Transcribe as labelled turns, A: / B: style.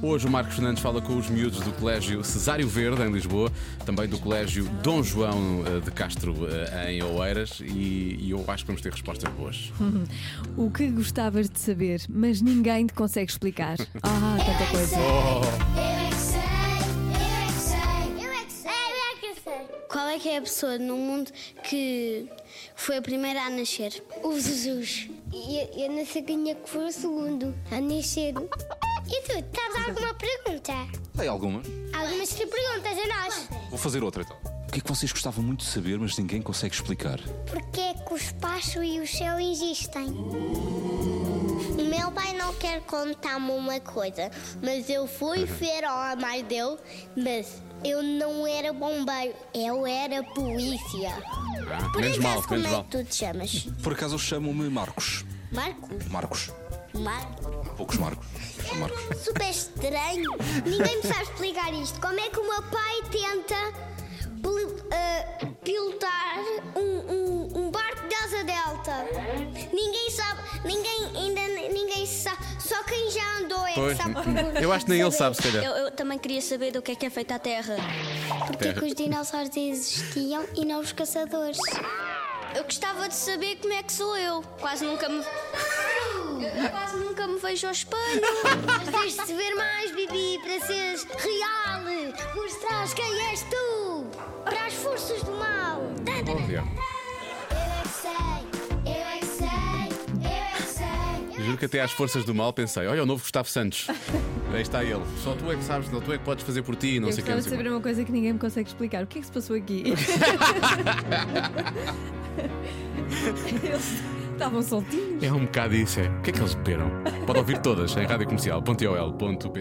A: Hoje o Marcos Fernandes fala com os miúdos do Colégio Cesário Verde, em Lisboa, também do Colégio Dom João eh, de Castro, eh, em Oeiras, e, e eu acho que vamos ter respostas boas.
B: O que gostavas de saber, mas ninguém te consegue explicar. Ah, tanta coisa.
C: Qual é que é a pessoa no mundo que foi a primeira a nascer? O Jesus. Eu, eu não sei quem é que foi o segundo a nascer. E tu, estás alguma pergunta?
D: Tem algumas.
C: Algumas te perguntas a nós.
D: Vou fazer outra então. O que é que vocês gostavam muito de saber, mas ninguém consegue explicar?
C: Porquê é que o espaço e o céu existem? O meu pai não quer contar-me uma coisa, mas eu
A: Uhum.
C: fui ver a mãe dele, mas eu não era bombeiro, eu era polícia.
A: Ah,
C: Por
A: menos
C: acaso,
A: mal,
C: como
A: menos
C: é
A: mal.
C: que tu te chamas?
D: Por acaso eles chamam-me Marcos.
C: Marcos?
D: Marcos.
C: Marcos?
D: Poucos Marcos. São Marcos.
C: É Super estranho. Ninguém me sabe explicar isto. Como é que o meu pai tenta pil- eh, pilotar um, um- um barco de asa delta? Ninguém sabe, ninguém ainda ninguém sabe. Só quem já andou é
A: Pois,
C: que sabe.
A: eu acho que nem ele sabe, se calhar.
E: Eu, eu também queria saber do que é que é feita a Terra.
C: Porquê é que os dinossauros existiam e não os caçadores?
E: Eu gostava de saber como é que sou eu. Quase nunca me. Eu quase nunca me vejo ao espelho.
C: Tens de ver mais, Bibi, para seres real. Mostrares quem és tu para as forças do mal.
A: Oh, yeah.
C: Eu é que sei, eu é que sei.
A: Juro que até às forças do mal pensei, olha o novo Gustavo Santos. Aí está ele. Só tu é que sabes, não tu é que podes fazer por ti, não
B: Eu
A: sei o que. não sei
B: gostava de
A: o quê.
B: saber uma coisa que ninguém me consegue explicar. O que é que se passou aqui? Eles estavam soltinhos.
A: É um bocado isso, é. O que é que eles beberam? Pode ouvir todas em radiocomercial.ol.pt